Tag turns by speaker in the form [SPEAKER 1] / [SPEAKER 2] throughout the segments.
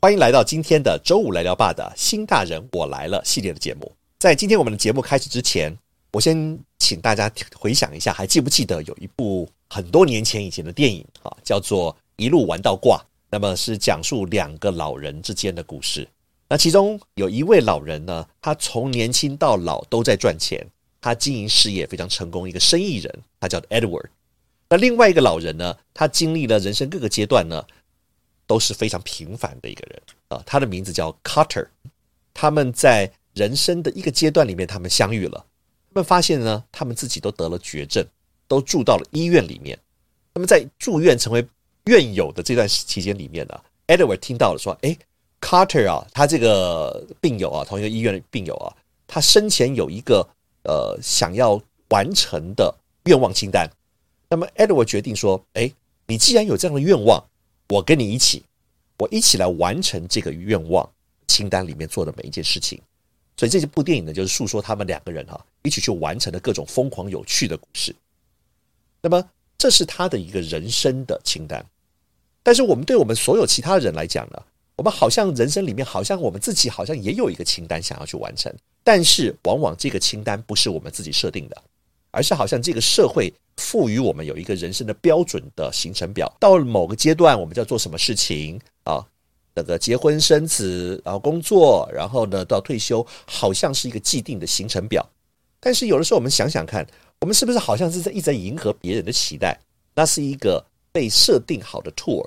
[SPEAKER 1] 欢迎来到今天的周五来聊吧的新大人我来了系列的节目。在今天我们的节目开始之前，我先请大家回想一下，还记不记得有一部很多年前以前的电影啊，叫做《一路玩到挂》，那么是讲述两个老人之间的故事。那其中有一位老人呢，他从年轻到老都在赚钱，他经营事业非常成功，一个生意人，他叫 Edward。那另外一个老人呢，他经历了人生各个阶段呢，都是非常平凡的一个人啊、他的名字叫 Carter。他们在人生的一个阶段里面，他们相遇了。他们发现呢，他们自己都得了绝症，都住到了医院里面。那么在住院成为院友的这段期间里面呢、e d w a r d 听到了说：“诶 c a r t e r 啊，他这个病友啊，同一个医院的病友啊，他生前有一个呃想要完成的愿望清单。那么 Edward 决定说：“诶，你既然有这样的愿望，我跟你一起，我一起来完成这个愿望清单里面做的每一件事情。”所以这部电影呢，就是诉说他们两个人哈、一起去完成了各种疯狂有趣的故事。那么这是他的一个人生的清单。但是我们对我们所有其他人来讲呢，我们好像人生里面好像我们自己好像也有一个清单想要去完成，但是往往这个清单不是我们自己设定的，而是好像这个社会赋予我们有一个人生的标准的行程表，到了某个阶段我们就要做什么事情啊。那个结婚生子，然后工作，然后呢到退休，好像是一个既定的行程表。但是有的时候我们想想看，我们是不是好像是在一直在迎合别人的期待？那是一个被设定好的 tour。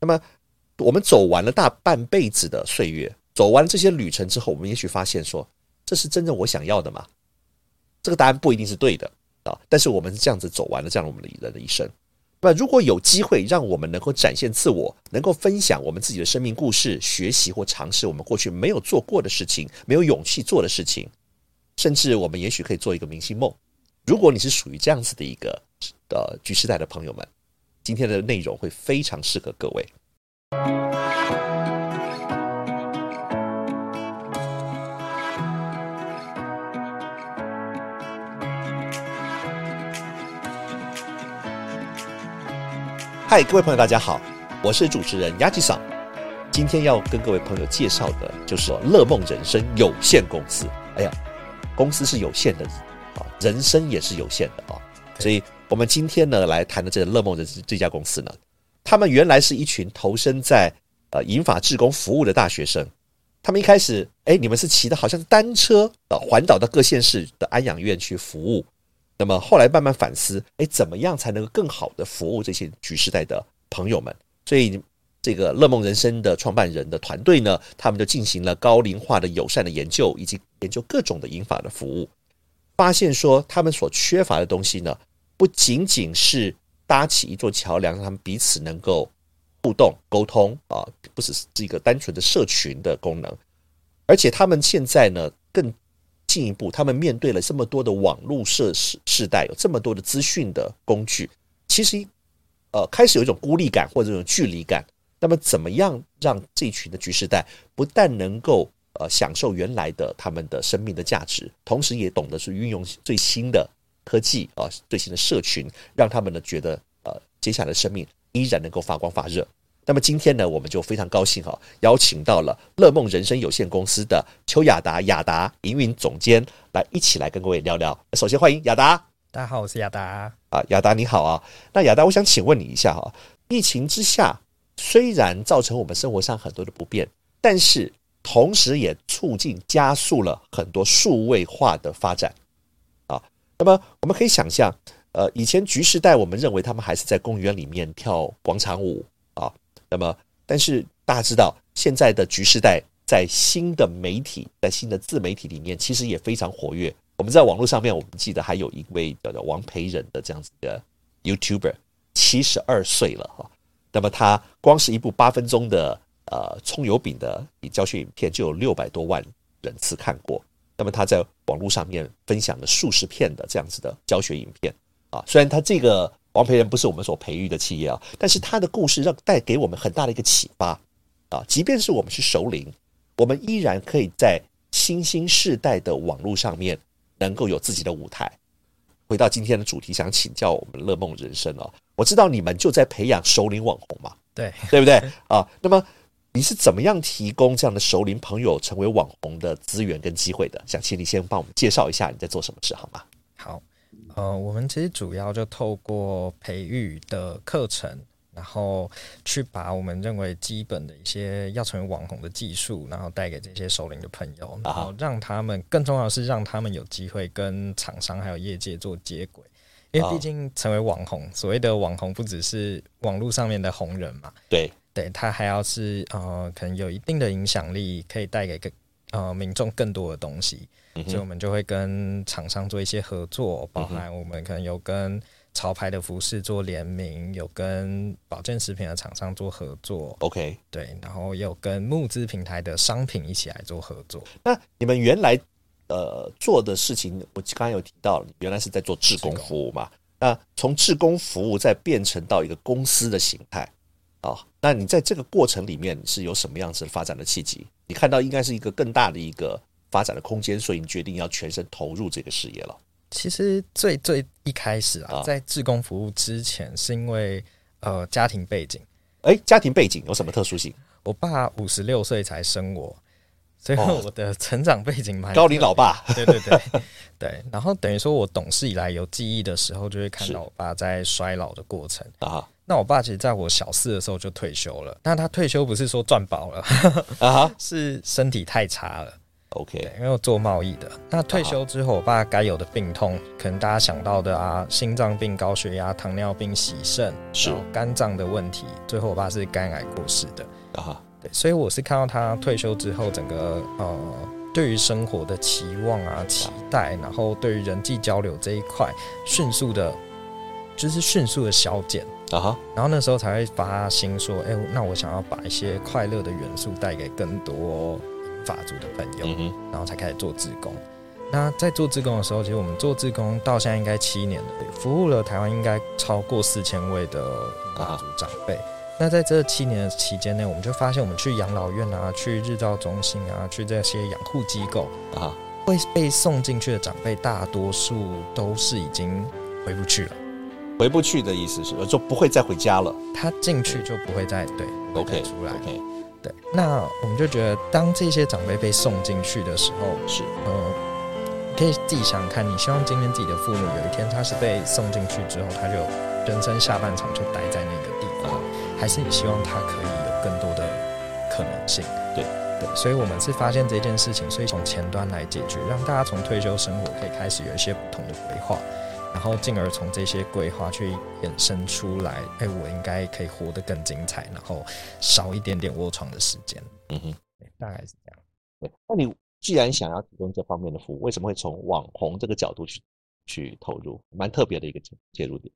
[SPEAKER 1] 那么我们走完了大半辈子的岁月，走完这些旅程之后，我们也许发现说，这是真正我想要的吗？这个答案不一定是对的啊。但是我们是这样子走完了这样我们的人的一生。那如果有机会让我们能够展现自我，能够分享我们自己的生命故事，学习或尝试我们过去没有做过的事情，没有勇气做的事情，甚至我们也许可以做一个明星梦。如果你是属于这样子的一个呃局时代的朋友们，今天的内容会非常适合各位。嗨，各位朋友，大家好，我是主持人鸭吉桑。今天要跟各位朋友介绍的就是乐梦人生有限公司。哎呀，公司是有限的啊，人生也是有限的啊，所以我们今天呢来谈的这个乐梦人生这家公司呢，他们原来是一群投身在呃银发志工服务的大学生。他们一开始，哎，你们是骑的好像是单车啊，环岛到各县市的安养院去服务。那么后来慢慢反思，哎，怎么样才能够更好的服务这些局世代的朋友们？所以这个乐梦人生的创办人的团队呢，他们就进行了高龄化的友善的研究，以及研究各种的银发的服务，发现说他们所缺乏的东西呢，不仅仅是搭起一座桥梁，让他们彼此能够互动沟通啊，不只是一个单纯的社群的功能，而且他们现在呢更进一步，他们面对了这么多的网络设施世代，有这么多的资讯的工具，其实呃开始有一种孤立感或者一种距离感。那么怎么样让这群的局呃世代不但能够呃享受原来的他们的生命的价值，同时也懂得是运用最新的科技啊、最新的社群，让他们呢觉得呃接下来的生命依然能够发光发热。那么今天呢，我们就非常高兴哈、邀请到了乐梦人生有限公司的邱雅达雅达营运总监来一起来跟各位聊聊。首先欢迎雅达
[SPEAKER 2] 大家好，我是亚达。
[SPEAKER 1] 啊，雅达你好啊。那雅达，我想请问你一下哈、啊疫情之下虽然造成我们生活上很多的不便，但是同时也促进加速了很多数位化的发展啊。那么我们可以想象，呃，以前局时代我们认为他们还是在公园里面跳广场舞啊，那么，但是大家知道，现在的局势代在新的媒体，在新的自媒体里面，其实也非常活跃。我们在网络上面，我们记得还有一位叫做王培仁的这样子的 YouTuber，七十二岁了哈。那么他光是一部八分钟的呃葱油饼的教学影片，就有六百多万人次看过。那么他在网络上面分享了数十片的这样子的教学影片，啊，虽然他这个王培仁不是我们所培育的企业啊，但是他的故事让带给我们很大的一个启发啊。即便是我们是熟龄，我们依然可以在新兴世代的网络上面能够有自己的舞台。回到今天的主题，想请教我们乐梦啊 人生哦，我知道你们就在培养熟龄网红嘛，
[SPEAKER 2] 对，
[SPEAKER 1] 对不对啊？那么你是怎么样提供这样的熟龄朋友成为网红的资源跟机会的？想请你先帮我们介绍一下你在做什么事好吗？
[SPEAKER 2] 好，呃，我们其实主要就透过培育的课程，然后去把我们认为基本的一些要成为网红的技术，然后带给这些熟龄的朋友，然后让他们更重要的是让他们有机会跟厂商还有业界做接轨。因为
[SPEAKER 1] 哦
[SPEAKER 2] 毕竟成为网红，所谓的网红不只是网络上面的红人嘛，
[SPEAKER 1] 对，
[SPEAKER 2] 对他还要是呃，可能有一定的影响力，可以带给更呃民众更多的东西，
[SPEAKER 1] 嗯
[SPEAKER 2] 所以我
[SPEAKER 1] 哼，
[SPEAKER 2] 们就会跟厂商做一些合作，包
[SPEAKER 1] 嗯哼
[SPEAKER 2] 含我们可能有跟潮牌的服饰做联名，有跟保健食品的厂商做合作，
[SPEAKER 1] ，OK。
[SPEAKER 2] 对，然后也有跟募资平台的商品一起来做合作，
[SPEAKER 1] 那你们原来呃做的事情，我刚刚有提到了，你原来是在做志工
[SPEAKER 2] 志工
[SPEAKER 1] 服务嘛？那从志工服务再变成到一个公司的形态，哦，那你在这个过程里面是有什么样子的发展的契机？你看到应该是一个更大的一个发展的空间，所以你决定要全身投入这个事业了。
[SPEAKER 2] 其实最最一开始啊，
[SPEAKER 1] 啊
[SPEAKER 2] 在志工服务之前，是因为呃家庭背景，
[SPEAKER 1] 哎，家庭背景有什么特殊性？
[SPEAKER 2] 我爸五十六岁才生我，所以
[SPEAKER 1] 哦
[SPEAKER 2] 我的成长背景蛮
[SPEAKER 1] 高龄老爸，
[SPEAKER 2] 哎 对对对对。然后等于说我懂事以来有记忆的时候，就会看到我爸在衰老的过程。
[SPEAKER 1] 啊
[SPEAKER 2] 那我爸其实在我小四的时候就退休了，那他退休不是说赚饱了，
[SPEAKER 1] 哈啊哈
[SPEAKER 2] 是身体太差了。对
[SPEAKER 1] ，OK，，
[SPEAKER 2] 因为我做贸易的，那退休之后，我爸该有的病痛，可能大家想到的啊，心脏病、高血压、糖尿病、洗肾，
[SPEAKER 1] 是
[SPEAKER 2] 然后肝脏的问题，最后我爸是肝癌过世的。
[SPEAKER 1] 啊哈，
[SPEAKER 2] 对，所以我是看到他退休之后，整个呃对于生活的期望啊、期待，然后对于人际交流这一块，迅速的，就是迅速的消减。
[SPEAKER 1] 啊哈，
[SPEAKER 2] 然后那时候才会发心说，哎、那我想要把一些快乐的元素带给更多法族的朋友，
[SPEAKER 1] 嗯哼，
[SPEAKER 2] 然后才开始做志工。那在做志工的时候，其实我们做志工到现在应该七年了，服务了台湾应该超过四千位的
[SPEAKER 1] 啊
[SPEAKER 2] 马族长辈。那在这七年的期间内，我们就发现，我们去养老院啊，去日照中心啊，去这些养护机构，
[SPEAKER 1] 啊哈，
[SPEAKER 2] 会被送进去的长辈，大多数都是已经回不去了。
[SPEAKER 1] 回不去的意思是呃就不会再回家了。
[SPEAKER 2] 他进去就不会再对不会再
[SPEAKER 1] OK，
[SPEAKER 2] 出来。
[SPEAKER 1] OK，
[SPEAKER 2] 对，那我们就觉得，当这些长辈被送进去的时候，
[SPEAKER 1] 哦是
[SPEAKER 2] 呃，你可以自己想想看，你希望今天自己的父母有一天他是被送进去之后，他就人生下半场就待在那个地
[SPEAKER 1] 啊
[SPEAKER 2] 方，还是你希望他可以有更多的可能性？
[SPEAKER 1] 对
[SPEAKER 2] 对，所以我们是发现这件事情，所以从前端来解决，让大家从退休生活可以开始有一些不同的规划。然后，进而从这些规划去衍生出来，哎，我应该可以活得更精彩，然后少一点点卧床的时间，
[SPEAKER 1] 嗯哼。
[SPEAKER 2] 对大概是这样。
[SPEAKER 1] 对，那你既然想要提供这方面的服务，为什么会从网红这个角度去去投入？蛮特别的一个切切入点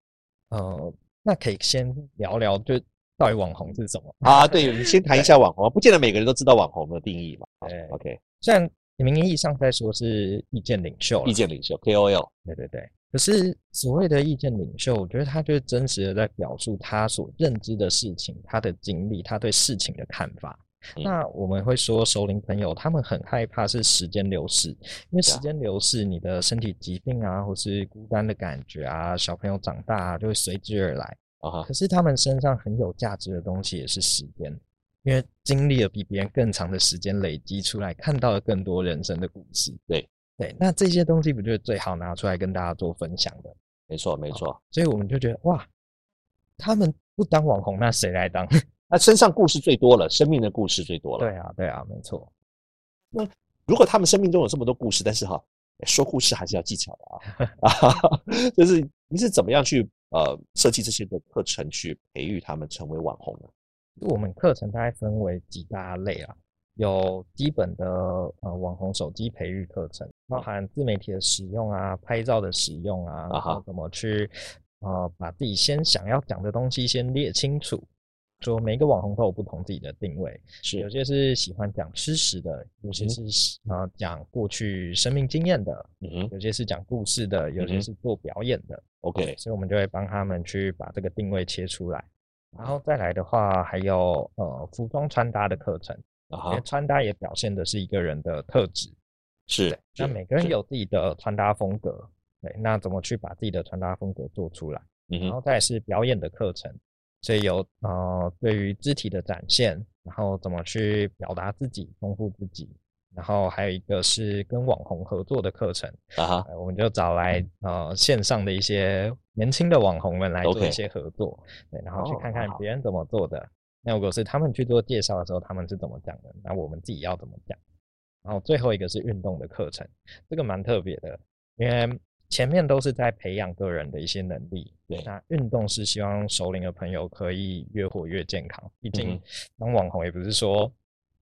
[SPEAKER 2] 呃，那可以先聊聊，就到底网红是什么？
[SPEAKER 1] 啊。 对，你先谈一下网红，不见得每个人都知道网红的定义嘛。啊
[SPEAKER 2] 对
[SPEAKER 1] OK，
[SPEAKER 2] 虽然名义上在说是意见领袖啦
[SPEAKER 1] 意，见领袖 KOL
[SPEAKER 2] 对对对，可是所谓的意见领袖，我觉得他就是真实的在表述他所认知的事情、他的经历、他对事情的看法。
[SPEAKER 1] 嗯
[SPEAKER 2] 那我们会说，熟龄朋友他们很害怕是时间流逝，因为
[SPEAKER 1] 对啊
[SPEAKER 2] 时间流逝，你的身体疾病啊，或是孤单的感觉啊，小朋友长大啊，就会随之而来。
[SPEAKER 1] 啊哈
[SPEAKER 2] 可是他们身上很有价值的东西也是时间，因为经历了比别人更长的时间累积出来，看到了更多人生的故事。
[SPEAKER 1] 对
[SPEAKER 2] 对，那这些东西不就是最好拿出来跟大家做分享的？
[SPEAKER 1] 没错没错。
[SPEAKER 2] 所以我们就觉得哇，他们不当网红，那谁来当？
[SPEAKER 1] 那身上故事最多了，生命的故事最多了。
[SPEAKER 2] 对啊，对啊，没错。
[SPEAKER 1] 如果他们生命中有这么多故事，但是哈，哎说故事还是要技巧的啊。 啊，就是你是怎么样去呃设计这些的课程去培育他们成为网红呢？
[SPEAKER 2] 我们课程大概分为几大类啊，有基本的呃网红手机培育课程，包含自媒体的使用啊、拍照的使用啊，
[SPEAKER 1] 嗯啊
[SPEAKER 2] 然
[SPEAKER 1] 哈
[SPEAKER 2] 后怎么去呃把自己先想要讲的东西先列清楚。说每个网红都有不同自己的定位，
[SPEAKER 1] 是
[SPEAKER 2] 有些是喜欢讲吃食的，有些
[SPEAKER 1] 嗯
[SPEAKER 2] 是啊、呃讲过去生命经验的，
[SPEAKER 1] 嗯哼
[SPEAKER 2] 有些是讲故事的，有
[SPEAKER 1] 嗯
[SPEAKER 2] 些
[SPEAKER 1] 哼
[SPEAKER 2] 是做表演的。
[SPEAKER 1] ，OK，
[SPEAKER 2] 所以我们就会帮他们去把这个定位切出来。然
[SPEAKER 1] 嗯
[SPEAKER 2] 后再来的话，还有呃服装穿搭的课程，
[SPEAKER 1] 啊
[SPEAKER 2] 因为
[SPEAKER 1] 哈，
[SPEAKER 2] 穿搭也表现的是一个人的特质。
[SPEAKER 1] 是
[SPEAKER 2] 对，那
[SPEAKER 1] 是
[SPEAKER 2] 每个人
[SPEAKER 1] 是
[SPEAKER 2] 有自己的穿搭风格，对，那怎么去把自己的穿搭风格做出来？
[SPEAKER 1] 嗯
[SPEAKER 2] 然
[SPEAKER 1] 哼
[SPEAKER 2] 后再来是表演的课程，所以有呃，对于肢体的展现，然后怎么去表达自己、丰富自己，然后还有一个是跟网红合作的课程，
[SPEAKER 1] 啊哈，
[SPEAKER 2] 呃我们就找来呃线上的一些年轻的网红们来做
[SPEAKER 1] 嗯 OK
[SPEAKER 2] 一些合作对，然后去
[SPEAKER 1] 哦
[SPEAKER 2] 看看
[SPEAKER 1] 好
[SPEAKER 2] 别人怎么做的。那如果是他们去做介绍的时候，他们是怎么讲的，那我们自己要怎么讲？然后最后一个是运动的课程，这个蛮特别的，因为前面都是在培养个人的一些能力，
[SPEAKER 1] 对
[SPEAKER 2] 那运动是希望首领的朋友可以越活越健康，毕
[SPEAKER 1] 嗯
[SPEAKER 2] 竟
[SPEAKER 1] 哼
[SPEAKER 2] 当网红也不是说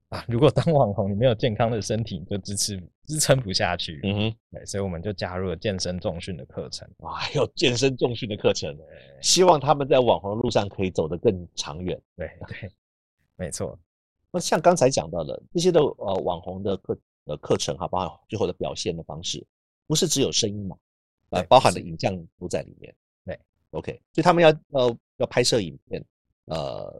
[SPEAKER 2] 啊，如果当网红你没有健康的身体，你就支持支撑不下去。
[SPEAKER 1] 嗯哼，
[SPEAKER 2] 对，所以我们就加入了健身重训的课程。
[SPEAKER 1] 哇，还有健身重训的课程，希望他们在网红的路上可以走得更长远。
[SPEAKER 2] 对对，没错，
[SPEAKER 1] 那像刚才讲到的这些的呃网红的课呃课程哈，包含最后的表现的方式，不是只有声音嘛，呃，
[SPEAKER 2] 对
[SPEAKER 1] 包
[SPEAKER 2] 不
[SPEAKER 1] 含了
[SPEAKER 2] 是
[SPEAKER 1] 影像都在里面。
[SPEAKER 2] 对
[SPEAKER 1] ，OK，所以他们要呃要拍摄影片，呃，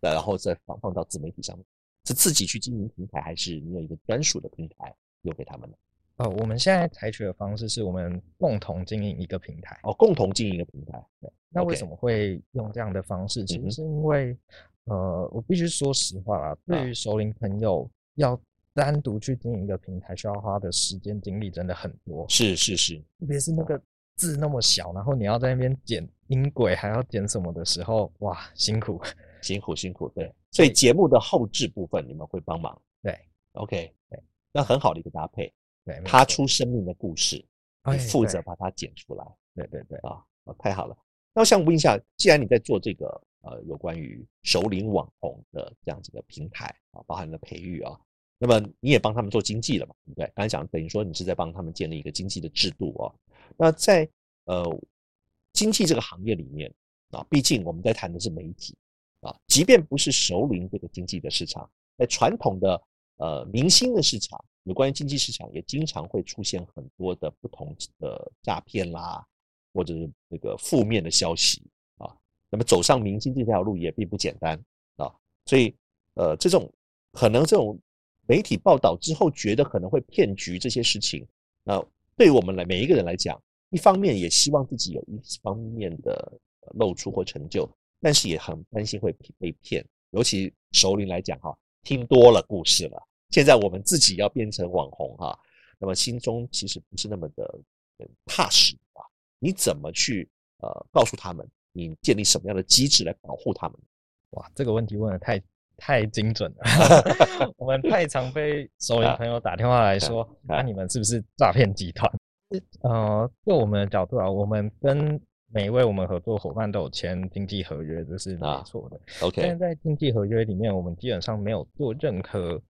[SPEAKER 1] 然后再放放到自媒体上面，是自己去经营平台，还是你有一个专属的平台留给他们呢？
[SPEAKER 2] 哦，我们现在采取的方式是我们共同经营一个平台。
[SPEAKER 1] 哦，共同经营一个平台。
[SPEAKER 2] 那为
[SPEAKER 1] OK
[SPEAKER 2] 什么会用这样的方式？其
[SPEAKER 1] 嗯哼
[SPEAKER 2] 实是因为，呃，我必须说实话啦，
[SPEAKER 1] 啊
[SPEAKER 2] 对于熟龄朋友要单独去经营一个平台，需要花的时间精力真的很多，
[SPEAKER 1] 是是是，
[SPEAKER 2] 特别是那个字那么小，然后你要在那边剪音轨，还要剪什么的时候，哇，辛苦。
[SPEAKER 1] 辛苦辛苦，对。所以节目的后置部分你们会帮忙。
[SPEAKER 2] 对
[SPEAKER 1] OK，
[SPEAKER 2] 对
[SPEAKER 1] 那很好的一个搭配，
[SPEAKER 2] 对，没
[SPEAKER 1] 他
[SPEAKER 2] 错
[SPEAKER 1] 出生命的故事。
[SPEAKER 2] 哎
[SPEAKER 1] 你负
[SPEAKER 2] 对
[SPEAKER 1] 责把它剪出来
[SPEAKER 2] 对对对，
[SPEAKER 1] 啊、哦太好了。那我想问一下，既然你在做这个呃有关于首领网红的这样子的平台啊、包含了培育啊、那么你也帮他们做经济了嘛？对不对？刚才讲等于说你是在帮他们建立一个经济的制度哦。那在呃经济这个行业里面啊，毕竟我们在谈的是媒体啊，即便不是首领这个经济的市场，在传统的呃明星的市场，有关于经济市场也经常会出现很多的不同的诈骗啦，或者是那个负面的消息啊。那么走上明星这条路也并不简单啊，所以呃，这种可能这种媒体报道之后觉得可能会骗局这些事情，那对我们来每一个人来讲，一方面也希望自己有一方面的呃露出或成就，但是也很担心会被骗，尤其熟龄来讲哈，听多了故事了，现在我们自己要变成网红哈，那么心中其实不是那么的呃踏实啊。你怎么去呃告诉他们，你建立什么样的机制来保护他们？
[SPEAKER 2] 哇，这个问题问的太太精准 了，我们太常被熟人
[SPEAKER 1] 啊
[SPEAKER 2] 朋友打电话来说，那、
[SPEAKER 1] 啊
[SPEAKER 2] 你们是不是诈骗集团？呃，就我们的角度啊，我们跟每一位我们合作伙伴都有签经济合约，这是没
[SPEAKER 1] 啊
[SPEAKER 2] 错的。但
[SPEAKER 1] OK，
[SPEAKER 2] 是在经济合约里面，我们基本上没有做任何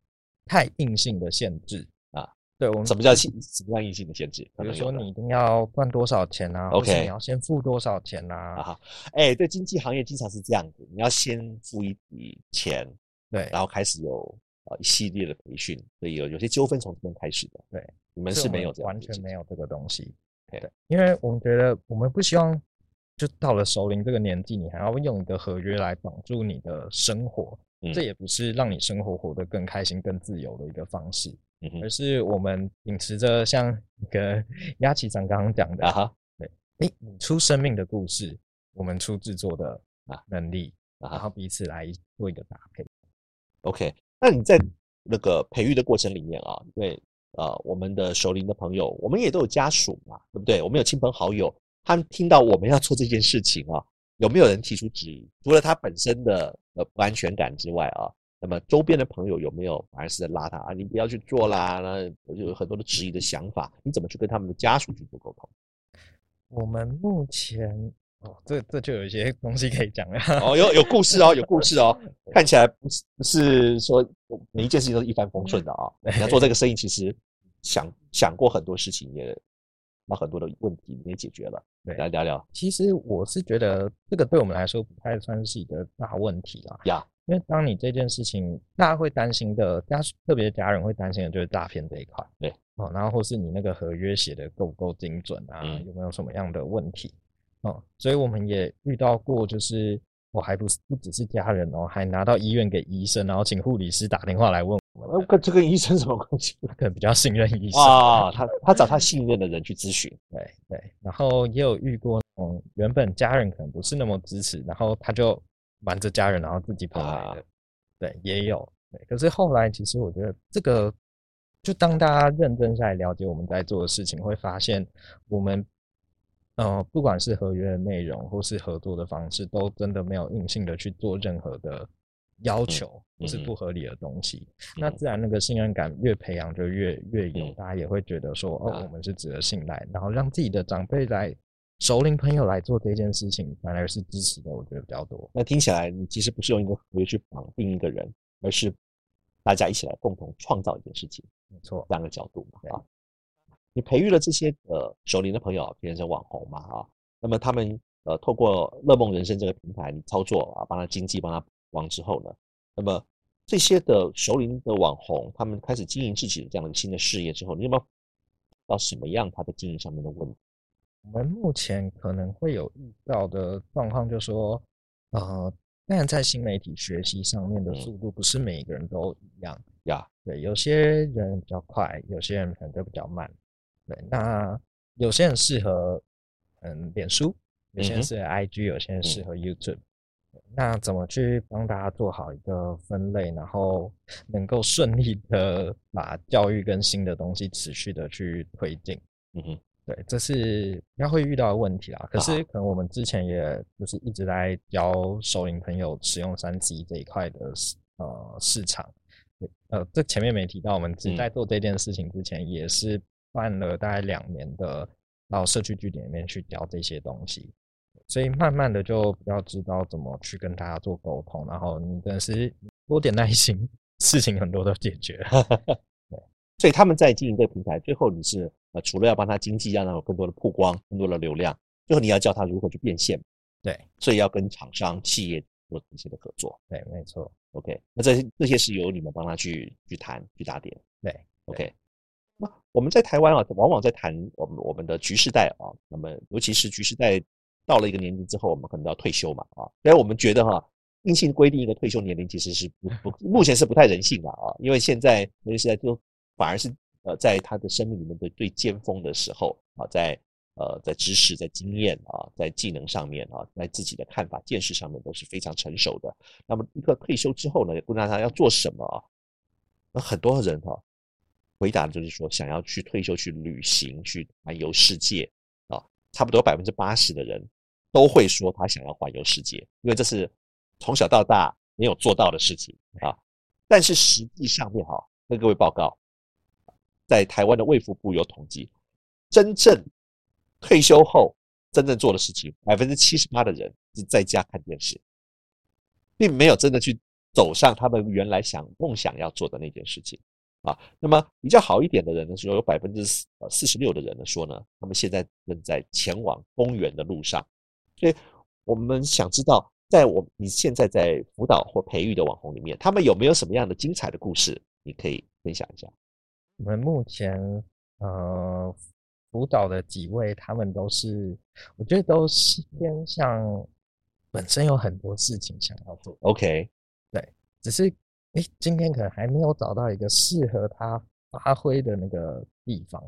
[SPEAKER 2] 太硬性的限制
[SPEAKER 1] 啊。
[SPEAKER 2] 对，我们
[SPEAKER 1] 什么叫性什么样硬性的限制？可
[SPEAKER 2] 比
[SPEAKER 1] 能
[SPEAKER 2] 如
[SPEAKER 1] 有
[SPEAKER 2] 说
[SPEAKER 1] 的
[SPEAKER 2] 你一定要赚多少钱啊或是
[SPEAKER 1] OK
[SPEAKER 2] 你要先付多少钱啊
[SPEAKER 1] 啊哈，哎，对经济行业经常是这样子，你要先付一笔钱，
[SPEAKER 2] 对，
[SPEAKER 1] 然后开始有呃一系列的培训，所以有有些纠纷从这边开始的。
[SPEAKER 2] 对，
[SPEAKER 1] 你们
[SPEAKER 2] 这
[SPEAKER 1] 是
[SPEAKER 2] 我
[SPEAKER 1] 没
[SPEAKER 2] 们
[SPEAKER 1] 有这样
[SPEAKER 2] 完
[SPEAKER 1] 的
[SPEAKER 2] 全
[SPEAKER 1] 事
[SPEAKER 2] 没有这个东西。
[SPEAKER 1] OK
[SPEAKER 2] 对，因为我们觉得我们不希望，就到了熟龄这个年纪，你还要用一个合约来绑住你的生活，
[SPEAKER 1] 情，
[SPEAKER 2] 这也不是让你生活活得更开心、更自由的一个方式，
[SPEAKER 1] 嗯嗯
[SPEAKER 2] 而
[SPEAKER 1] 哼
[SPEAKER 2] 是我们秉持着像一个 鸭崎长刚刚讲的
[SPEAKER 1] 啊，哈
[SPEAKER 2] 诶，你出生命的故事，我们出制作的
[SPEAKER 1] 啊
[SPEAKER 2] 能力，
[SPEAKER 1] 啊
[SPEAKER 2] 然
[SPEAKER 1] 哈
[SPEAKER 2] 后彼此来做一个搭配。
[SPEAKER 1] ，OK。那你在那个培育的过程里面啊，对呃我们的熟龄的朋友，我们也都有家属嘛，对不对？我们有亲朋好友，他们听到我们要做这件事情啊，有没有人提出质疑？除了他本身的呃不安全感之外啊，那么周边的朋友有没有反而是在拉他啊？你不要去做啦，那我就有很多的质疑的想法，你怎么去跟他们的家属去做沟通？
[SPEAKER 2] 我们目前哦，这这就有一些东西可以讲了。
[SPEAKER 1] 哦，有有故事哦，有故事哦，看起来不是不是说每一件事情都是一帆风顺的啊、
[SPEAKER 2] 嗯
[SPEAKER 1] 你要做这个生意，其实想想过很多事情，也把很多的问题你也解决了。
[SPEAKER 2] 对
[SPEAKER 1] 来聊聊
[SPEAKER 2] 其实我是觉得这个对我们来说不太算是一个大问题啦，
[SPEAKER 1] 呀，
[SPEAKER 2] 因为当你这件事情，大家会担心的，家属特别家人会担心的就是诈骗这一块，
[SPEAKER 1] 对，
[SPEAKER 2] 哦，然后或是你那个合约写的够不够精准啊，
[SPEAKER 1] 嗯
[SPEAKER 2] 有没有什么样的问题，哦，所以我们也遇到过，就是我还不是不只是家人哦，还拿到医院给医生，然后请护理师打电话来问我们，
[SPEAKER 1] 呃
[SPEAKER 2] 呃
[SPEAKER 1] 跟这跟医生什么关系？
[SPEAKER 2] 可能比较 信任医生，
[SPEAKER 1] 啊，他他找他信任的人去咨询，
[SPEAKER 2] 对对，然后也有遇过嗯，原本家人可能不是那么支持，然后他就瞒着家人，然后自己跑来
[SPEAKER 1] 啊
[SPEAKER 2] 的，对，也有，对。可是后来其实我觉得这个，就当大家认真下来了解我们在做的事情，会发现我们，呃，不管是合约的内容或是合作的方式，都真的没有硬性的去做任何的要求，
[SPEAKER 1] 嗯
[SPEAKER 2] 不是
[SPEAKER 1] 嗯
[SPEAKER 2] 不合理的东西。那
[SPEAKER 1] 嗯
[SPEAKER 2] 自然那个信任感越培养就越越有，
[SPEAKER 1] 嗯
[SPEAKER 2] 大家也会觉得说
[SPEAKER 1] 啊
[SPEAKER 2] 哦，我们是值得信赖，然后让自己的长辈来熟龄朋友来做这件事情，反而是支持的，我觉得比较多。
[SPEAKER 1] 那听起来你其实不是用一个合约去绑定一个人，而是大家一起来共同创造一件事情
[SPEAKER 2] 没错，
[SPEAKER 1] 这样的角度嘛
[SPEAKER 2] 对
[SPEAKER 1] 啊。你培育了这些呃熟龄的朋友变成网红嘛啊，那么他们呃透过乐梦人生这个平台，你操作啊，帮他经济，帮他忙之后呢，那么这些的熟龄的网红，他们开始经营自己的这样的新的事业之后，你有没有到什么样他的经营上面的问题？
[SPEAKER 2] 我们目前可能会有遇到的状况，就说，呃，但在新媒体学习上面的
[SPEAKER 1] 嗯
[SPEAKER 2] 速度不是每一个人都一样。
[SPEAKER 1] 呀，
[SPEAKER 2] 对，有些人比较快，有些人可能就比较慢。对，那有些人适合嗯脸书，有些
[SPEAKER 1] 嗯哼
[SPEAKER 2] 人适合 IG，有些人适
[SPEAKER 1] 嗯
[SPEAKER 2] 合 YouTube。对那怎么去帮大家做好一个分类，然后能够顺利的把教育跟新的东西持续的去推进？
[SPEAKER 1] 嗯哼，
[SPEAKER 2] 对，这是应该会遇到的问题啦。可是可能我们之前也就是一直在教熟龄朋友使用三 C 这一块的市呃市场。对呃，这前面没提到，我们
[SPEAKER 1] 嗯
[SPEAKER 2] 只在做这件事情之前，也是办了大概两年的到社区据点里面去教这些东西，所以慢慢的就比较知道怎么去跟大家做沟通，然后你真的是多点耐心， 事情很多都解决了。
[SPEAKER 1] 所以他们在经营这个平台，最后你是呃，除了要帮他经济，让他有更多的曝光、更多的流量，最后你要教他如何去变现，
[SPEAKER 2] 对
[SPEAKER 1] 所以要跟厂商、企业做一些的合作。
[SPEAKER 2] 对，没错，
[SPEAKER 1] OK，那这些这些是由你们帮他去去谈、去打点。
[SPEAKER 2] 对
[SPEAKER 1] OK，那我们在台湾啊，往往在谈我们我们的局势代啊，那么尤其是局势代到了一个年龄之后，我们可能要退休嘛啊，但我们觉得哈、硬性规定一个退休年龄其实是不不目前是不太人性的啊，因为现在那个时代就反而是呃在他的生命里面的最尖峰的时候啊，在呃在知识、在经验啊、在技能上面啊、在自己的看法、见识上面都是非常成熟的。那么一个退休之后呢，不知道他要做什么啊，那很多人哈、回答的就是说想要去退休去旅行去环游世界啊，差不多百分之八十的人都会说他想要环游世界，因为这是从小到大没有做到的事情啊。但是实际上面哈，跟各位报告，在台湾的卫福部有统计，真正退休后真正做的事情，百分之七十八的人是在家看电视，并没有真的去走上他们原来想梦想要做的那件事情。啊，那么比较好一点的人呢，说有百分之呃四十六的人呢说呢，他们现在正在前往公园的路上。所以我们想知道，在我你现在在辅导或培育的网红里面，他们有没有什么样的精彩的故事，你可以分享一下？
[SPEAKER 2] 我们目前呃辅导的几位，他们都是我觉得都是偏向本身有很多事情想要做，
[SPEAKER 1] OK，
[SPEAKER 2] 只是诶今天可能还没有找到一个适合他发挥的那个地方。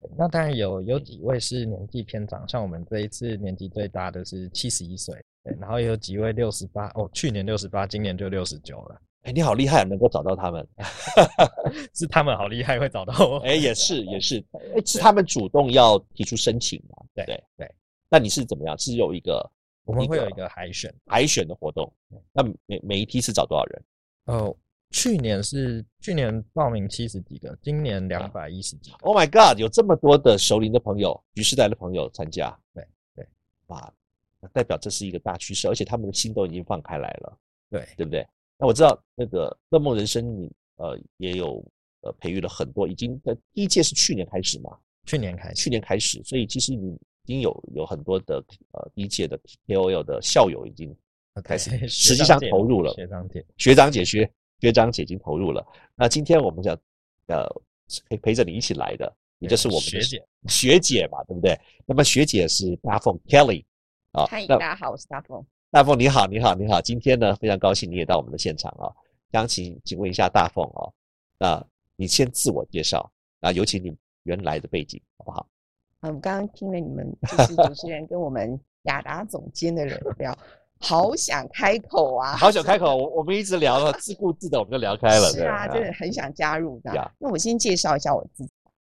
[SPEAKER 2] 对那当然有有几位是年纪偏长，像我们这一次年纪最大的是七十一岁，对，然后有几位六十八，哦，去年六十八，今年就六十九了，
[SPEAKER 1] 哎，你好厉害，能够找到他们。
[SPEAKER 2] 是他们好厉害，会找到我。
[SPEAKER 1] 哎，也是也是， 哎，是他们主动要提出申请嘛？
[SPEAKER 2] 对
[SPEAKER 1] 对
[SPEAKER 2] 对。
[SPEAKER 1] 那你是怎么样？是有一个
[SPEAKER 2] 我们会有一个海选。
[SPEAKER 1] 海选的活动，那每每一批是找多少人？
[SPEAKER 2] 哦，去年是去年报名七十几个，今年
[SPEAKER 1] 啊
[SPEAKER 2] 两百一十几个。
[SPEAKER 1] Oh my God！有这么多的熟龄的朋友、局世代的朋友参加，
[SPEAKER 2] 对对，
[SPEAKER 1] 哇，那代表这是一个大趋势，而且他们的心都已经放开来了，
[SPEAKER 2] 对，
[SPEAKER 1] 对不对？那我知道那个乐梦人生你，呃也有呃培育了很多，已经呃第一届是去年开始嘛，
[SPEAKER 2] 去年开始。
[SPEAKER 1] 去年开始，所以其实你已经有有很多的呃第一届的 KOL 的校友已经开始
[SPEAKER 2] 对
[SPEAKER 1] 实
[SPEAKER 2] 学
[SPEAKER 1] 际
[SPEAKER 2] 长
[SPEAKER 1] 上
[SPEAKER 2] 姐
[SPEAKER 1] 投入了
[SPEAKER 2] 学长姐，
[SPEAKER 1] 学长姐、学学长姐已经投入了。那今天我们想，呃，陪陪着你一起来的，也就是我们
[SPEAKER 2] 学
[SPEAKER 1] 的
[SPEAKER 2] 姐。
[SPEAKER 1] 学姐嘛，对不对？那么学姐是大凤 Kelly 啊，
[SPEAKER 3] 嗨，大
[SPEAKER 1] 那
[SPEAKER 3] 家好，我是大风。
[SPEAKER 1] 大凤你好，你好，你好，今天呢非常高兴你也到我们的现场啊，想请请问一下大凤啊哦，那你先自我介绍啊，尤其你原来的背景好不好？
[SPEAKER 3] 嗯，我刚刚听了你 们就是主持人跟我们雅达总监的人 聊，好想开口啊，
[SPEAKER 1] 好想开 口，我我们一直聊了，自顾自的我们就聊开了。
[SPEAKER 3] 是啊，
[SPEAKER 1] 对嗯
[SPEAKER 3] 真的很想加入的
[SPEAKER 1] 呀。
[SPEAKER 3] 那我先介绍一下我自己。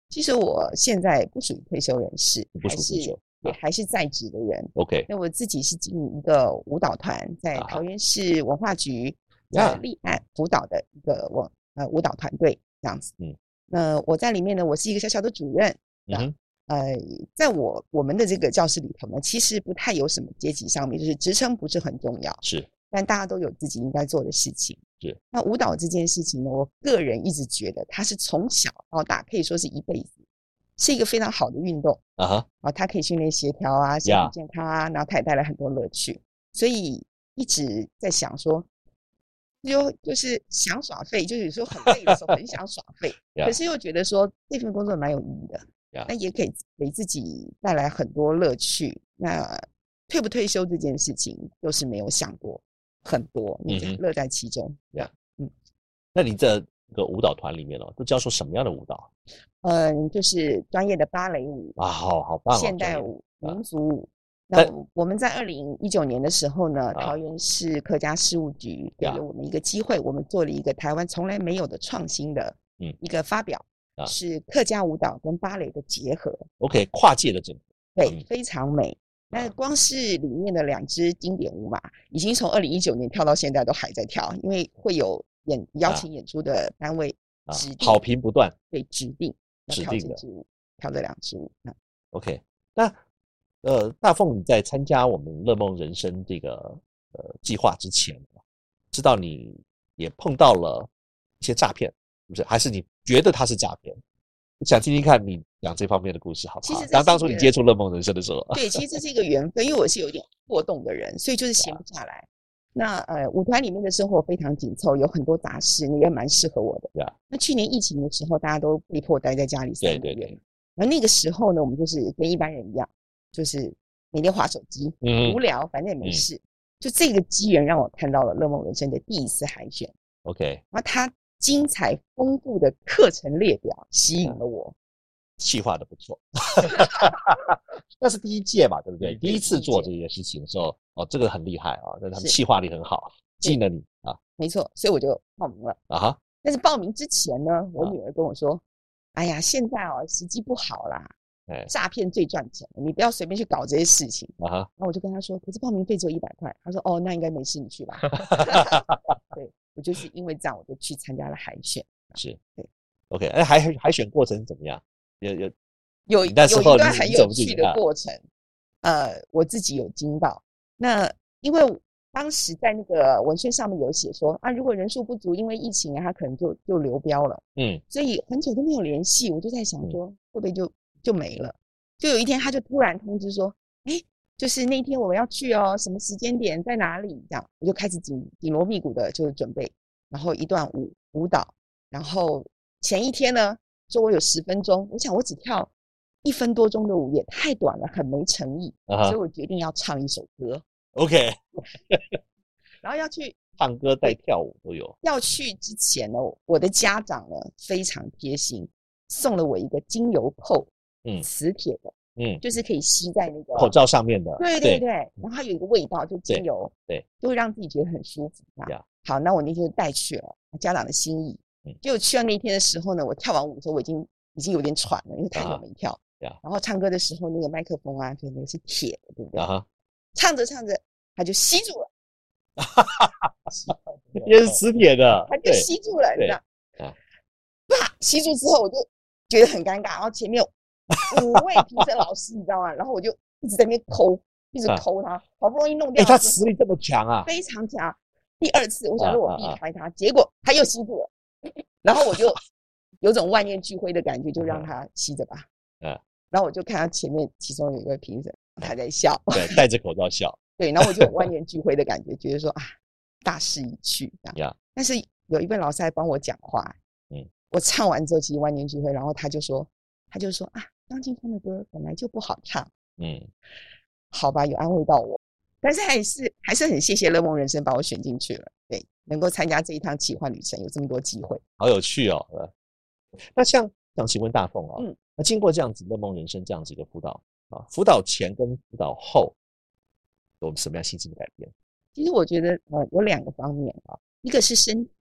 [SPEAKER 3] 其实我现在不属于退休人士，
[SPEAKER 1] 不
[SPEAKER 3] 还
[SPEAKER 1] 属
[SPEAKER 3] 是
[SPEAKER 1] 于酒。
[SPEAKER 3] 也
[SPEAKER 1] 啊
[SPEAKER 3] 还是在职的人。
[SPEAKER 1] OK，
[SPEAKER 3] 那我自己是经营一个舞蹈团，在
[SPEAKER 1] 啊哈
[SPEAKER 3] 桃园市文化局
[SPEAKER 1] 呀
[SPEAKER 3] 在立案辅导的一个我呃舞蹈团队这样子。
[SPEAKER 1] 嗯，
[SPEAKER 3] 那我在里面呢，我是一个小小的主任。
[SPEAKER 1] 嗯哼，
[SPEAKER 3] 呃，在我我们的这个教室里头呢，其实不太有什么阶级上面，就是职称不是很重要。
[SPEAKER 1] 是
[SPEAKER 3] 但大家都有自己应该做的事情。
[SPEAKER 1] 是。
[SPEAKER 3] 那舞蹈这件事情呢，我个人一直觉得它是从小到大，可以说是一辈子，是一个非常好的运动
[SPEAKER 1] 啊哈，
[SPEAKER 3] 啊，它可以训练协调啊，身体
[SPEAKER 1] Yeah
[SPEAKER 3] 健康啊，然后它也带来很多乐趣。所以一直在想说，就就是想耍废，就是有时候很累的时候很想耍 废，可
[SPEAKER 1] Yeah
[SPEAKER 3] 是又觉得说这份工作蛮有意义的
[SPEAKER 1] Yeah，
[SPEAKER 3] 那也给给自己带来很多乐趣。那退不退休这件事情，又是没有想过很多，你就
[SPEAKER 1] 嗯哼
[SPEAKER 3] 乐在其中。
[SPEAKER 1] 那你这个舞蹈团里面哦，都教授什么样的舞蹈
[SPEAKER 3] 嗯，就是专业的芭蕾舞、
[SPEAKER 1] 啊？好好棒哦，
[SPEAKER 3] 现
[SPEAKER 1] 专
[SPEAKER 3] 代
[SPEAKER 1] 业
[SPEAKER 3] 舞、
[SPEAKER 1] 啊
[SPEAKER 3] 民族舞。
[SPEAKER 1] 但啊
[SPEAKER 3] 那我我们在二零一九年的时候呢，桃园市客家事务局给
[SPEAKER 1] 呀
[SPEAKER 3] 了我们一个机会，我们做了一个台湾从来没有的创新的
[SPEAKER 1] 嗯
[SPEAKER 3] 一个发表
[SPEAKER 1] 啊，
[SPEAKER 3] 是客家舞蹈跟芭蕾的结合。
[SPEAKER 1] OK，跨界的整个嗯
[SPEAKER 3] 对，非常美。那
[SPEAKER 1] 啊
[SPEAKER 3] 光是里面的两支经典舞嘛，已经从二零一九年跳到现在都还在跳，因为会有演邀
[SPEAKER 1] 啊
[SPEAKER 3] 请演出的单位
[SPEAKER 1] 啊
[SPEAKER 3] 指，定
[SPEAKER 1] 好评不断。
[SPEAKER 3] 被指定要
[SPEAKER 1] 指
[SPEAKER 3] 跳
[SPEAKER 1] 定
[SPEAKER 3] 这
[SPEAKER 1] 的
[SPEAKER 3] 支舞，跳这两支舞。那
[SPEAKER 1] OK，那呃，大凤你在参加我们乐梦人生这个呃计划之前，啊知道你也碰到了一些诈骗，是不是？还是你觉得它是诈骗？我想听听看你讲这方面的故事，好不
[SPEAKER 3] 其
[SPEAKER 1] 好
[SPEAKER 3] 实？这
[SPEAKER 1] 当
[SPEAKER 3] 是
[SPEAKER 1] 当
[SPEAKER 3] 一
[SPEAKER 1] 初你
[SPEAKER 3] 个
[SPEAKER 1] 接触乐梦人生的时候，
[SPEAKER 3] 对，其实这是一个缘分，因为我是有点过动的人，所以就是闲不下来。那呃，舞团里面的生活非常紧凑，有很多杂事，那也蛮适合我的。
[SPEAKER 1] Yeah
[SPEAKER 3] 那去年疫情的时候，大家都被迫待在家里
[SPEAKER 1] 啊对
[SPEAKER 3] 三个
[SPEAKER 1] 对
[SPEAKER 3] 月
[SPEAKER 1] 对，
[SPEAKER 3] 而那个时候呢，我们就是跟一般人一样，就是每天划手机，
[SPEAKER 1] 嗯
[SPEAKER 3] 无聊，反正也没
[SPEAKER 1] 嗯
[SPEAKER 3] 事。就这个机缘让我看到了乐梦人生的第一次海选，
[SPEAKER 1] ，OK，
[SPEAKER 3] 然后它精彩丰富的课程列表吸
[SPEAKER 1] 嗯
[SPEAKER 3] 引了我。
[SPEAKER 1] 计划的不 错，那是第一届嘛，对不对？
[SPEAKER 2] 嗯
[SPEAKER 1] 第一
[SPEAKER 3] 对
[SPEAKER 1] 次
[SPEAKER 3] 第一
[SPEAKER 1] 做这
[SPEAKER 3] 届
[SPEAKER 1] 件事情的时候，哦，这个很厉害啊，那他们
[SPEAKER 3] 是
[SPEAKER 1] 计划力很好，吸引了你啊
[SPEAKER 3] 没错，所以我就报名了。
[SPEAKER 1] 啊哈，
[SPEAKER 3] 但是报名之前呢，我
[SPEAKER 1] 啊
[SPEAKER 3] 女儿跟我说：“哎呀，现在哦时机不好啦，
[SPEAKER 1] 哎
[SPEAKER 3] 诈骗最赚钱，你不要随便去搞这些事情。”
[SPEAKER 1] 啊哈，
[SPEAKER 3] 然后我就跟她说：“可是报名费只有一百块。”她说：“哦，那应该没事，你去吧。” 对我就是因为这样，我就去参加了海选。
[SPEAKER 1] 是
[SPEAKER 3] 对
[SPEAKER 1] ，OK，哎，海海选过程怎么样？有有
[SPEAKER 3] 有
[SPEAKER 1] 你那时候
[SPEAKER 3] 有一段
[SPEAKER 1] 你
[SPEAKER 3] 很
[SPEAKER 1] 你怎
[SPEAKER 3] 有
[SPEAKER 1] 么进
[SPEAKER 3] 趣
[SPEAKER 1] 去
[SPEAKER 3] 的
[SPEAKER 1] 看
[SPEAKER 3] 过程，呃，我自己有惊到。那因为当时在那个文宣上面有写说啊，如果人数不足，因为疫情啊，他可能就就流标了，
[SPEAKER 1] 嗯
[SPEAKER 3] 所以很久都没有联系。我就在想
[SPEAKER 1] 嗯
[SPEAKER 3] 说，会不会就就没了？就有一天，他就突然通知说，哎，就是那天我们要去哦，什么时间点，在哪里？这样，我就开始紧紧锣密鼓的，就是准备，然后一段舞舞蹈，然后前一天呢，说我有十分钟，我想我只跳一分多钟的舞也太短了，很没诚意，
[SPEAKER 1] 啊
[SPEAKER 3] 所以
[SPEAKER 1] 哈
[SPEAKER 3] 我决定要唱一首歌，
[SPEAKER 1] ，OK，
[SPEAKER 3] 然后要去
[SPEAKER 1] 唱歌带跳舞都有，
[SPEAKER 3] 要去之前呢，我的家长呢非常贴心，送了我一个精油扣，
[SPEAKER 1] 嗯
[SPEAKER 3] 磁铁的，
[SPEAKER 1] 嗯，
[SPEAKER 3] 就是可以吸在那个
[SPEAKER 1] 口罩上面的，
[SPEAKER 3] 对对对，然后它有一个味道，就精油，
[SPEAKER 1] 对，
[SPEAKER 3] 就会让自己觉得很舒服啊
[SPEAKER 1] Yeah。
[SPEAKER 3] 好，那我那天就带去了家长的心意
[SPEAKER 1] 嗯。
[SPEAKER 3] 就去到那天的时候呢，我跳完舞之后，我已经已经有点喘了，因为太久
[SPEAKER 1] 啊
[SPEAKER 3] 没跳。
[SPEAKER 1] Yeah
[SPEAKER 3] 然后唱歌的时候，那个麦克风啊，就那个是铁的，对不对
[SPEAKER 1] 啊？哈，
[SPEAKER 3] 唱着唱着，它就吸住了，
[SPEAKER 1] 也是磁铁的
[SPEAKER 3] 它，就
[SPEAKER 1] 对，
[SPEAKER 3] 吸住了，你
[SPEAKER 1] 对
[SPEAKER 3] 知道？
[SPEAKER 1] 啊
[SPEAKER 3] 啪，吸住之后，我就觉得很尴尬。然后前面有五位评审老师，你知道吗？然后我就一直在那边抠，一直
[SPEAKER 1] 啊
[SPEAKER 3] 抠它，好不容易弄
[SPEAKER 1] 哎，
[SPEAKER 3] 掉
[SPEAKER 1] 它
[SPEAKER 3] 了之后。
[SPEAKER 1] 磁力这么强啊，
[SPEAKER 3] 非常强。第二次我想
[SPEAKER 1] 啊
[SPEAKER 3] 说我
[SPEAKER 1] 啊
[SPEAKER 3] 避
[SPEAKER 1] 啊
[SPEAKER 3] 开他，结果他又吸 住了，然后我就有种万念俱灰的感觉，就让他吸着吧。
[SPEAKER 1] 嗯
[SPEAKER 3] 然后我就看他前面其中有一个评审，他在笑，
[SPEAKER 1] 对，戴着口罩笑，
[SPEAKER 3] 对，然后我就 有万念俱灰的感觉，觉得说啊，大势已去这样
[SPEAKER 1] Yeah。
[SPEAKER 3] 但是有一位老师还帮我讲话，
[SPEAKER 1] 嗯，
[SPEAKER 3] 我唱完之后其实万念俱灰，然后他就说，他就说啊，张清芳的歌本来就不好唱。
[SPEAKER 1] 嗯，
[SPEAKER 3] 好吧，有安慰到我，但是还是还是很谢谢乐梦人生把我选进去了，对，能够参加这一趟奇幻旅程，有这么多机会。
[SPEAKER 1] 好有趣哦。呃那像想请问大凤哦
[SPEAKER 3] 嗯，
[SPEAKER 1] 那经过这样子梦梦人生这样子一个辅导啊，辅导前跟辅导后，有什么样心境的改变？
[SPEAKER 3] 其实我觉得呃有两个方面啊，一个是身体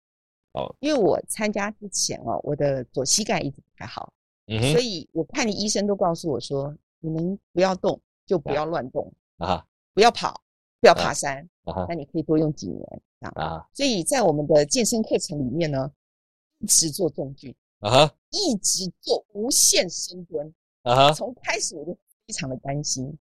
[SPEAKER 1] 哦，
[SPEAKER 3] 因为我参加之前哦，我的左膝盖一直不太好，
[SPEAKER 1] 嗯
[SPEAKER 3] 所以我看的医生都告诉我说，你们不要动，就不
[SPEAKER 1] 啊
[SPEAKER 3] 要乱动，
[SPEAKER 1] 啊
[SPEAKER 3] 不要跑，不要
[SPEAKER 1] 啊
[SPEAKER 3] 爬山，
[SPEAKER 1] 啊哈
[SPEAKER 3] 那你可以多用几年这样。
[SPEAKER 1] 啊
[SPEAKER 3] 所以在我们的健身课程里面呢，一直做重训，
[SPEAKER 1] 啊哈
[SPEAKER 3] 一直做无限深蹲。
[SPEAKER 1] 啊哈
[SPEAKER 3] 从开始我就非常的担心，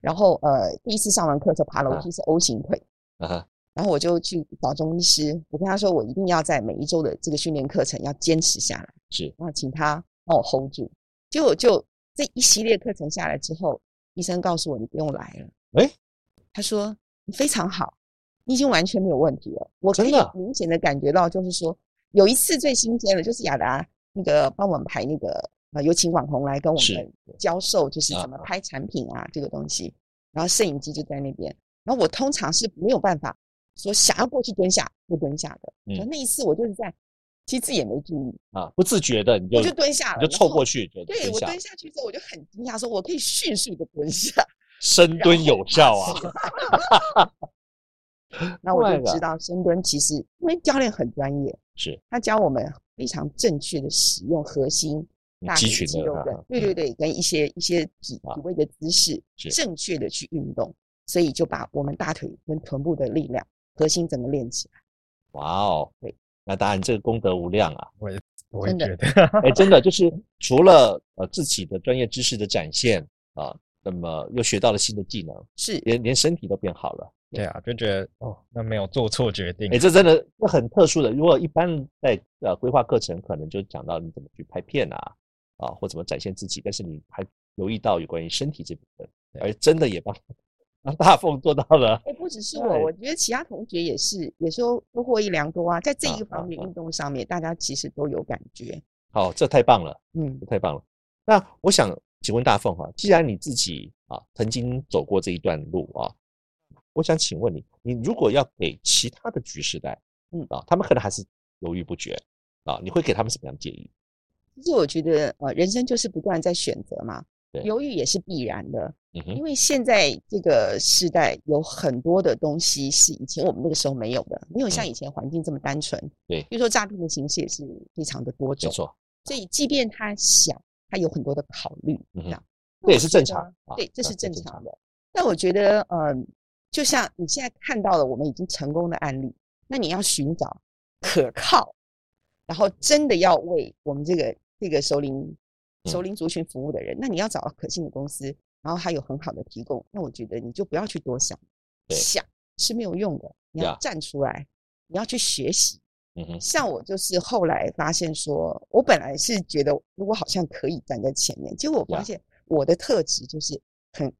[SPEAKER 3] 然后呃，第一次上完课的时候爬楼梯是 O 型腿，
[SPEAKER 1] 啊哈
[SPEAKER 3] 然后我就去找中医师，我跟他说我一定要在每一周的这个训练课程要坚持下来，
[SPEAKER 1] 是
[SPEAKER 3] 然后请他帮我 hold 住。结果就这一系列课程下来之后，医生告诉我你不用来了。
[SPEAKER 1] 诶
[SPEAKER 3] 他说你非常好，你已经完全没有问题了。我可
[SPEAKER 1] 真
[SPEAKER 3] 以
[SPEAKER 1] 的
[SPEAKER 3] 明显的感觉到，就是说有一次最新鲜的，就是雅达那个帮我们排那个呃，有请网红来跟我
[SPEAKER 1] 是
[SPEAKER 3] 们教授，就是
[SPEAKER 1] 啊
[SPEAKER 3] 怎么拍产品啊这个东西。然后摄影机就在那边，然后我通常是没有办法说想要过去蹲下不蹲下的。
[SPEAKER 1] 嗯
[SPEAKER 3] 可那一次我就是在，其实自己也没注意，
[SPEAKER 1] 啊，不自觉的你就
[SPEAKER 3] 我就蹲下了，
[SPEAKER 1] 你就
[SPEAKER 3] 然
[SPEAKER 1] 凑
[SPEAKER 3] 后
[SPEAKER 1] 过去就
[SPEAKER 3] 对
[SPEAKER 1] 蹲
[SPEAKER 3] 我
[SPEAKER 1] 下
[SPEAKER 3] 蹲，下去之后，我就很惊讶，说我可以迅速的蹲下。
[SPEAKER 1] 深
[SPEAKER 3] 然
[SPEAKER 1] 蹲
[SPEAKER 3] 后
[SPEAKER 1] 有效啊，
[SPEAKER 3] 那我
[SPEAKER 1] 怪
[SPEAKER 3] 就
[SPEAKER 1] 了
[SPEAKER 3] 知道深蹲其实，因为教练很专业，
[SPEAKER 1] 是
[SPEAKER 3] 他教我们非常正确的使用核心、
[SPEAKER 1] 嗯
[SPEAKER 3] 大
[SPEAKER 1] 肌
[SPEAKER 3] 腿
[SPEAKER 1] 群
[SPEAKER 3] 肌
[SPEAKER 1] 的
[SPEAKER 3] 肉
[SPEAKER 1] 啊
[SPEAKER 3] 的
[SPEAKER 1] 啊，
[SPEAKER 3] 对对对，跟一些一些体
[SPEAKER 1] 啊
[SPEAKER 3] 体位的姿势
[SPEAKER 1] 是，
[SPEAKER 3] 正确的去运动，所以就把我们大腿跟臀部的力量、核心整个练起来。
[SPEAKER 1] 哇哦
[SPEAKER 3] 对，
[SPEAKER 1] 那当然这个功德无量啊，
[SPEAKER 2] 我也
[SPEAKER 3] 真的
[SPEAKER 2] 觉得
[SPEAKER 1] 哎，真的就是除了呃自己的专业知识的展现啊，那么又学到了新的技能，
[SPEAKER 3] 是
[SPEAKER 1] 连连身体都变好了。
[SPEAKER 2] 对啊，就觉得哦，那没有做错决定
[SPEAKER 1] 哎，，这真的这很特殊的。如果一般在呃规划课程，可能就讲到你怎么去拍片啊，啊或怎么展现自己，但是你还留意到有关于身体这部分，
[SPEAKER 2] 对
[SPEAKER 1] 而真的也帮 让大凤做到了。
[SPEAKER 3] 哎，不只是
[SPEAKER 1] 对
[SPEAKER 3] 我，我觉得其他同学也是，也说都获益良多啊。在这
[SPEAKER 1] 啊
[SPEAKER 3] 一个
[SPEAKER 1] 啊
[SPEAKER 3] 方面，
[SPEAKER 1] 啊
[SPEAKER 3] 运动上面，大家其实都有感觉。
[SPEAKER 1] 好、这太棒了，
[SPEAKER 3] 嗯
[SPEAKER 1] 这，太棒了。那我想请问大凤哈、既然你自己啊曾经走过这一段路啊，我想请问你，你如果要给其他的局世代，
[SPEAKER 3] 嗯
[SPEAKER 1] 啊，他们可能还是犹豫不决啊，你会给他们什么样的建议？
[SPEAKER 3] 其实我觉得，呃，人生就是不断在选择嘛
[SPEAKER 1] 对，
[SPEAKER 3] 犹豫也是必然的，
[SPEAKER 1] 嗯
[SPEAKER 3] 因
[SPEAKER 1] 哼，
[SPEAKER 3] 为现在这个时代有很多的东西是以前我们那个时候没有的，没有像
[SPEAKER 1] 嗯
[SPEAKER 3] 以前环境这么单纯。
[SPEAKER 1] 对
[SPEAKER 3] 比如说诈骗的形式也是非常的多
[SPEAKER 1] 没
[SPEAKER 3] 种，
[SPEAKER 1] 错，
[SPEAKER 3] 所以即便他想，他有很多的考虑，
[SPEAKER 1] 嗯
[SPEAKER 3] 这
[SPEAKER 1] 哼
[SPEAKER 3] 样那
[SPEAKER 1] 这也
[SPEAKER 3] 我
[SPEAKER 1] 是
[SPEAKER 3] 觉
[SPEAKER 1] 正
[SPEAKER 3] 得
[SPEAKER 1] 常，啊
[SPEAKER 3] 对，这
[SPEAKER 1] 啊
[SPEAKER 3] 是正常的。但我觉得，嗯，就像你现在看到了我们已经成功的案例，那你要寻找可靠，然后真的要为我们这个这个首领首领族群服务的人，那你要找到可信的公司，然后还有很好的提供，那我觉得你就不要去多想，
[SPEAKER 1] 对
[SPEAKER 3] 想是没有用的，你
[SPEAKER 1] 呀
[SPEAKER 3] 要站出来，你要去学习。
[SPEAKER 1] 嗯哼，
[SPEAKER 3] 像我就是后来发现说，我本来是觉得我好像可以站在前面，结果我发
[SPEAKER 1] Yeah.
[SPEAKER 3] 现我的特质就是很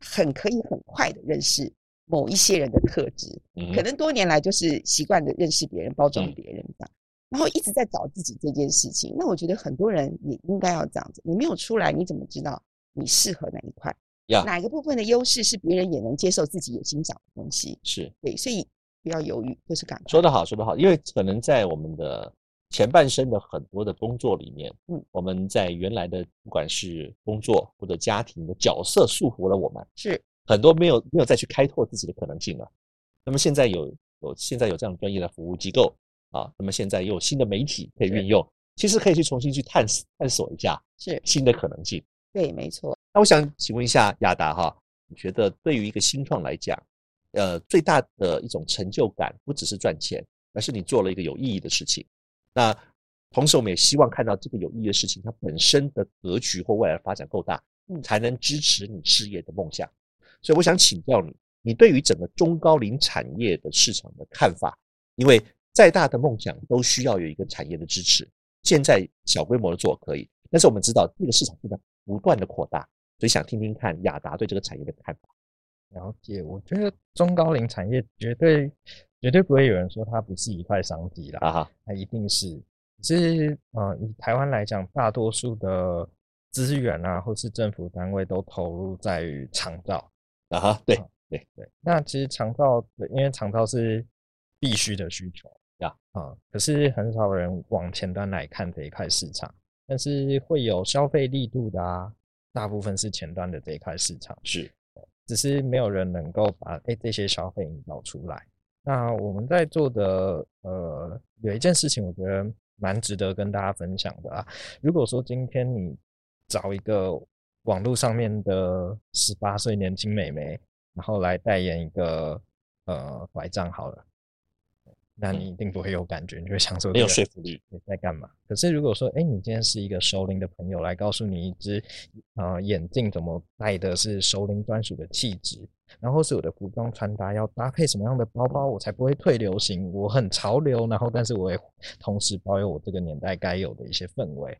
[SPEAKER 3] 很可以很快的认识某一些人的特质，
[SPEAKER 1] 嗯
[SPEAKER 3] 可
[SPEAKER 1] 哼，
[SPEAKER 3] 能多年来就是习惯的认识别人、包装
[SPEAKER 1] 嗯
[SPEAKER 3] 别人这样，然后一直在找自己这件事情。那我觉得很多人也应该要这样子，你没有出来，你怎么知道你适合哪一块
[SPEAKER 1] Yeah.
[SPEAKER 3] 哪个部分的优势是别人也能接受、自己也欣赏的东西？
[SPEAKER 1] 是
[SPEAKER 3] 对，所以不要犹豫，就是赶快。
[SPEAKER 1] 说得好，说得好，因为可能在我们的前半生的很多的工作里面，
[SPEAKER 3] 嗯，
[SPEAKER 1] 我们在原来的不管是工作或者家庭的角色束缚了我们，
[SPEAKER 3] 是
[SPEAKER 1] 很多没有没有再去开拓自己的可能性了。那么现在有有现在有这样专业的服务机构啊，那么现在又有新的媒体可以运用，其实可以去重新去探索探索一下
[SPEAKER 3] 是，
[SPEAKER 1] 新的可能性。
[SPEAKER 3] 对，没错。
[SPEAKER 1] 那我想请问一下亚达哈，你觉得对于一个新创来讲，呃，最大的一种成就感不只是赚钱，而是你做了一个有意义的事情。那同时，我们也希望看到这个有意义的事情，它本身的格局或未来的发展够大，
[SPEAKER 3] 嗯
[SPEAKER 1] 才能支持你事业的梦想。所以，我想请教你，你对于整个中高龄产业的市场的看法？因为再大的梦想都需要有一个产业的支持。现在小规模的做可以，但是我们知道这个市场正在不断的扩大，所以想听听看亚达对这个产业的看法。
[SPEAKER 2] 了解，我觉得中高龄产业绝对绝对不会有人说它不是一块商机啦，
[SPEAKER 1] 啊哈，
[SPEAKER 2] 它一定是。只是呃，以台湾来讲，大多数的资源啊，或是政府单位都投入在于长照。
[SPEAKER 1] 啊哈，对，
[SPEAKER 2] 对，那其实长照的，因为长照是必须的需求
[SPEAKER 1] 呀
[SPEAKER 2] 啊、可是很少人往前端来看这一块市场。但是会有消费力度的啊，大部分是前端的这一块市场，
[SPEAKER 1] 是
[SPEAKER 2] 只是没有人能够把哎这些消费引导出来。那我们在做的呃有一件事情，我觉得蛮值得跟大家分享的啊。如果说今天你找一个网络上面的十八岁年轻美眉，然后来代言一个呃拐杖好了，那你一定不会有感觉，你就会想
[SPEAKER 1] 嗯
[SPEAKER 2] 说
[SPEAKER 1] 没有
[SPEAKER 2] 这
[SPEAKER 1] 说
[SPEAKER 2] 个
[SPEAKER 1] 服力。
[SPEAKER 2] 你在干嘛？可是如果说，哎，你今天是一个熟龄的朋友来告诉你一只呃眼镜怎么戴的是熟龄专属的气质，然后是我的服装穿搭要搭配什么样的包包，我才不会退流行，我很潮流，然后但是我也同时保有我这个年代该有的一些氛围。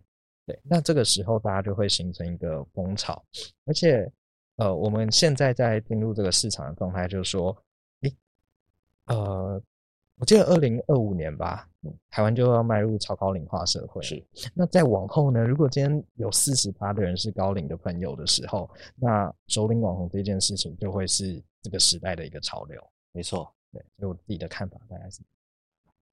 [SPEAKER 2] 对，那这个时候大家就会形成一个风潮，而且呃，我们现在在进入这个市场的状态，就是说，诶，呃，我记得二零二五年吧，嗯台湾就要迈入超高龄化社会。
[SPEAKER 1] 是，
[SPEAKER 2] 那再往后呢？如果今天有四十八的人是高龄的朋友的时候，那首领网红这件事情就会是这个时代的一个潮流。
[SPEAKER 1] 没错，
[SPEAKER 2] 对，所以我自己的看法大概是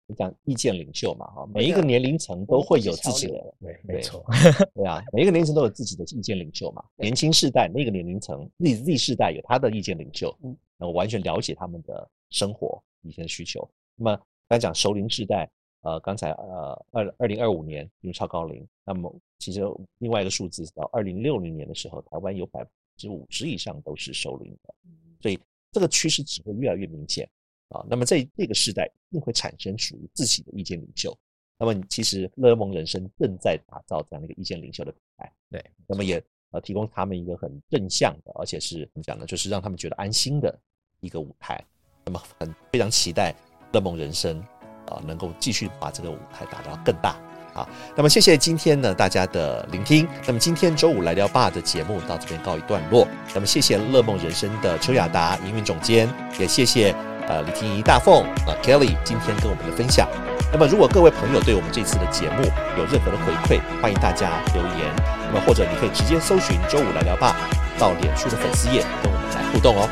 [SPEAKER 1] 你讲意见领袖嘛，哈，每一
[SPEAKER 3] 对
[SPEAKER 1] 个
[SPEAKER 3] 啊
[SPEAKER 1] 年龄层
[SPEAKER 3] 我
[SPEAKER 1] 都
[SPEAKER 3] 们
[SPEAKER 1] 会
[SPEAKER 3] 不是
[SPEAKER 1] 有自
[SPEAKER 3] 潮
[SPEAKER 1] 己
[SPEAKER 3] 流
[SPEAKER 1] 的
[SPEAKER 2] 对，
[SPEAKER 1] 对
[SPEAKER 2] 没错，
[SPEAKER 1] 对啊，每一个年龄层都有自己的意见领袖嘛。
[SPEAKER 3] 对
[SPEAKER 1] 年轻世代那个年龄层，Z Z 世代有他的意见领袖，
[SPEAKER 3] 嗯
[SPEAKER 1] 那我完全了解他们的生活以前的需求。那么刚才讲熟龄世代，呃，刚才呃二二零二五年因为超高龄，那么其实另外一个数字到二零六零年的时候，台湾有百分之五十以上都是熟龄的，
[SPEAKER 3] 嗯
[SPEAKER 1] 所以这个趋势只会越来越明显啊。那么在这个世代一定会产生属于自己的意见领袖。那么其实乐恩盟人生正在打造这样的一个意见领袖的品牌，
[SPEAKER 2] 对，
[SPEAKER 1] 那么也呃提供他们一个很正向的，而且是怎么讲呢，就是让他们觉得安心的一个舞台。那么很非常期待乐梦人生啊、能够继续把这个舞台打到更大啊。那么谢谢今天呢大家的聆听，那么今天周五来聊吧的节目到这边告一段落。那么谢谢乐梦人生的邱雅达营运总监，也谢谢呃李婷宜大凤啊、Kelly 今天跟我们的分享。那么，如果各位朋友对我们这次的节目有任何的回馈，欢迎大家留言。那么，或者你可以直接搜寻“周五来聊吧”到脸书的粉丝页跟我们来互动哦。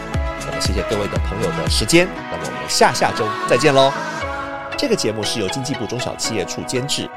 [SPEAKER 1] 那么，谢谢各位的朋友的时间。那么，我们下下周再见喽。这个节目是由经济部中小企业处监制，